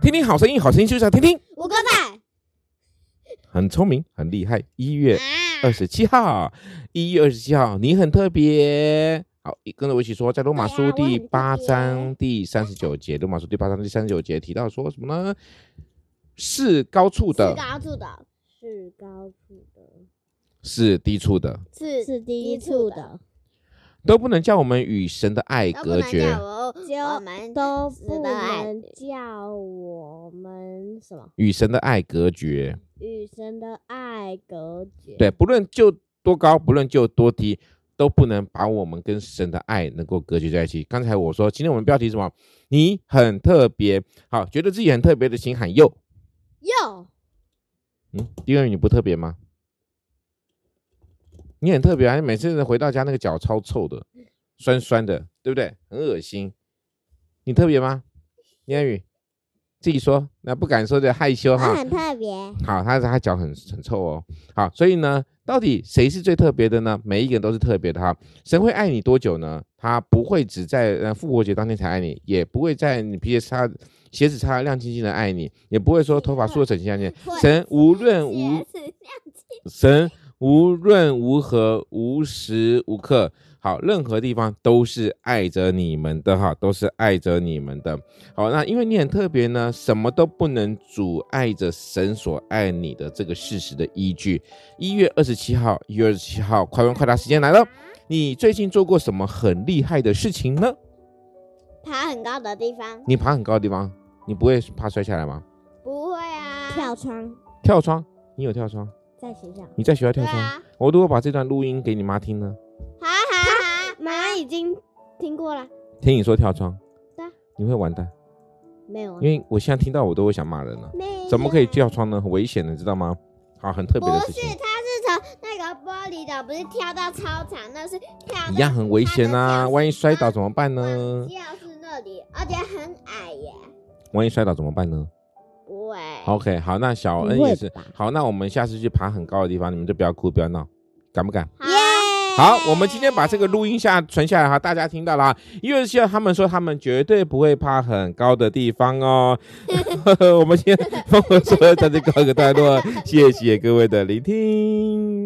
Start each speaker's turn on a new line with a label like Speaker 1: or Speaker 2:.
Speaker 1: 听听好声音，好声音就是要听听。
Speaker 2: 五个赞
Speaker 1: 很聪明，很厉害。一月
Speaker 2: 啊！
Speaker 1: 二十七号，一月二十七号，你很特别。好，跟着我一起说，在罗马书
Speaker 2: 对啊我很
Speaker 1: 第
Speaker 2: 特别
Speaker 1: 八章第三十九节，罗马书第八章第三十九节提到说什么呢？是高处
Speaker 2: 是
Speaker 1: 的，
Speaker 2: 高处的，
Speaker 3: 是高处的，
Speaker 1: 是低处的，
Speaker 2: 是
Speaker 3: 是低
Speaker 2: 低处
Speaker 3: 处的，
Speaker 1: 都不能叫我们与神的爱
Speaker 2: 都不
Speaker 1: 隔
Speaker 2: 能
Speaker 1: 绝
Speaker 2: 叫，我哦我们
Speaker 3: 都
Speaker 2: 是
Speaker 3: 不
Speaker 2: 的爱
Speaker 3: 能叫我们什么
Speaker 1: 与神的爱隔绝。
Speaker 3: 与神的爱隔绝。
Speaker 1: 对，不论就多高，不论就多低，都不能把我们跟神的爱能够隔绝在一起。刚才我说，今天我们标题是什么？你很特别，好，觉得自己很特别的，请喊哟。
Speaker 2: 哟，
Speaker 1: 嗯，第二你不特别吗？你很特别啊！每次回到家那个脚超臭的，酸酸的，对不对？很恶心。你特别吗？念宇，自己说，那不敢说的害羞
Speaker 2: 我
Speaker 1: 哈。
Speaker 2: 很特别，
Speaker 1: 好，他他脚很很臭哦。好，所以呢，到底谁是最特别的呢？每一个人都是特别的哈。神会爱你多久呢？他不会只在呃复活节当天才爱你，也不会在你皮鞋擦鞋子擦得亮晶晶的爱你，也不会说头发梳得整齐的爱你。神无论无神无论如何无时无刻，好，任何地方都是爱着你们的哈，都是爱着你们的。好，那因为你很特别呢，什么都不能阻碍着神所爱你的这个事实的依据。一月二十七号，一月二十七号，快问快答时间来了。你最近做过什么很厉害的事情呢？
Speaker 2: 爬很高的地方
Speaker 1: 你爬很高的地方，你不会怕摔下来吗？
Speaker 2: 不会啊，
Speaker 3: 跳窗
Speaker 1: 跳窗，你有跳窗？
Speaker 3: 在学校，
Speaker 1: 你在学校跳
Speaker 2: 对
Speaker 1: 窗？
Speaker 2: 啊，
Speaker 1: 我如果把这段录音给你妈听呢？
Speaker 2: 哈哈哈，
Speaker 3: 妈已经听过了，
Speaker 1: 听你说跳窗，
Speaker 3: 对啊
Speaker 1: 你会完蛋，
Speaker 3: 没有啊？
Speaker 1: 因为我现在听到我都会想骂人了。
Speaker 2: 没
Speaker 1: 怎么可以
Speaker 2: 有
Speaker 1: 跳窗呢？很危险的，知道吗？好，很特别的
Speaker 2: 不
Speaker 1: 事
Speaker 2: 是
Speaker 1: 情，，
Speaker 2: 他是从那个玻璃的，不是跳到操场，那是跳到
Speaker 1: 一样很危险
Speaker 2: 他的
Speaker 1: 啊！
Speaker 2: 教
Speaker 1: 万一摔倒
Speaker 2: 他
Speaker 1: 怎么办
Speaker 2: 往
Speaker 1: 呢？
Speaker 2: 教室那里，而且很矮耶。
Speaker 1: 万一摔倒怎么办呢
Speaker 2: 不会，
Speaker 1: ？OK，好，那小恩
Speaker 3: 不会
Speaker 1: 也是
Speaker 3: 吧。
Speaker 1: 好，那我们下次去爬很高的地方，你们就不要哭，不要闹，敢不敢？
Speaker 2: 耶！
Speaker 1: 好，我们今天把这个录音下存下来哈，大家听到了哈。因为现在他们说他们绝对不会怕很高的地方 哦。我们今天我说在这告一个段落，谢谢各位的聆听。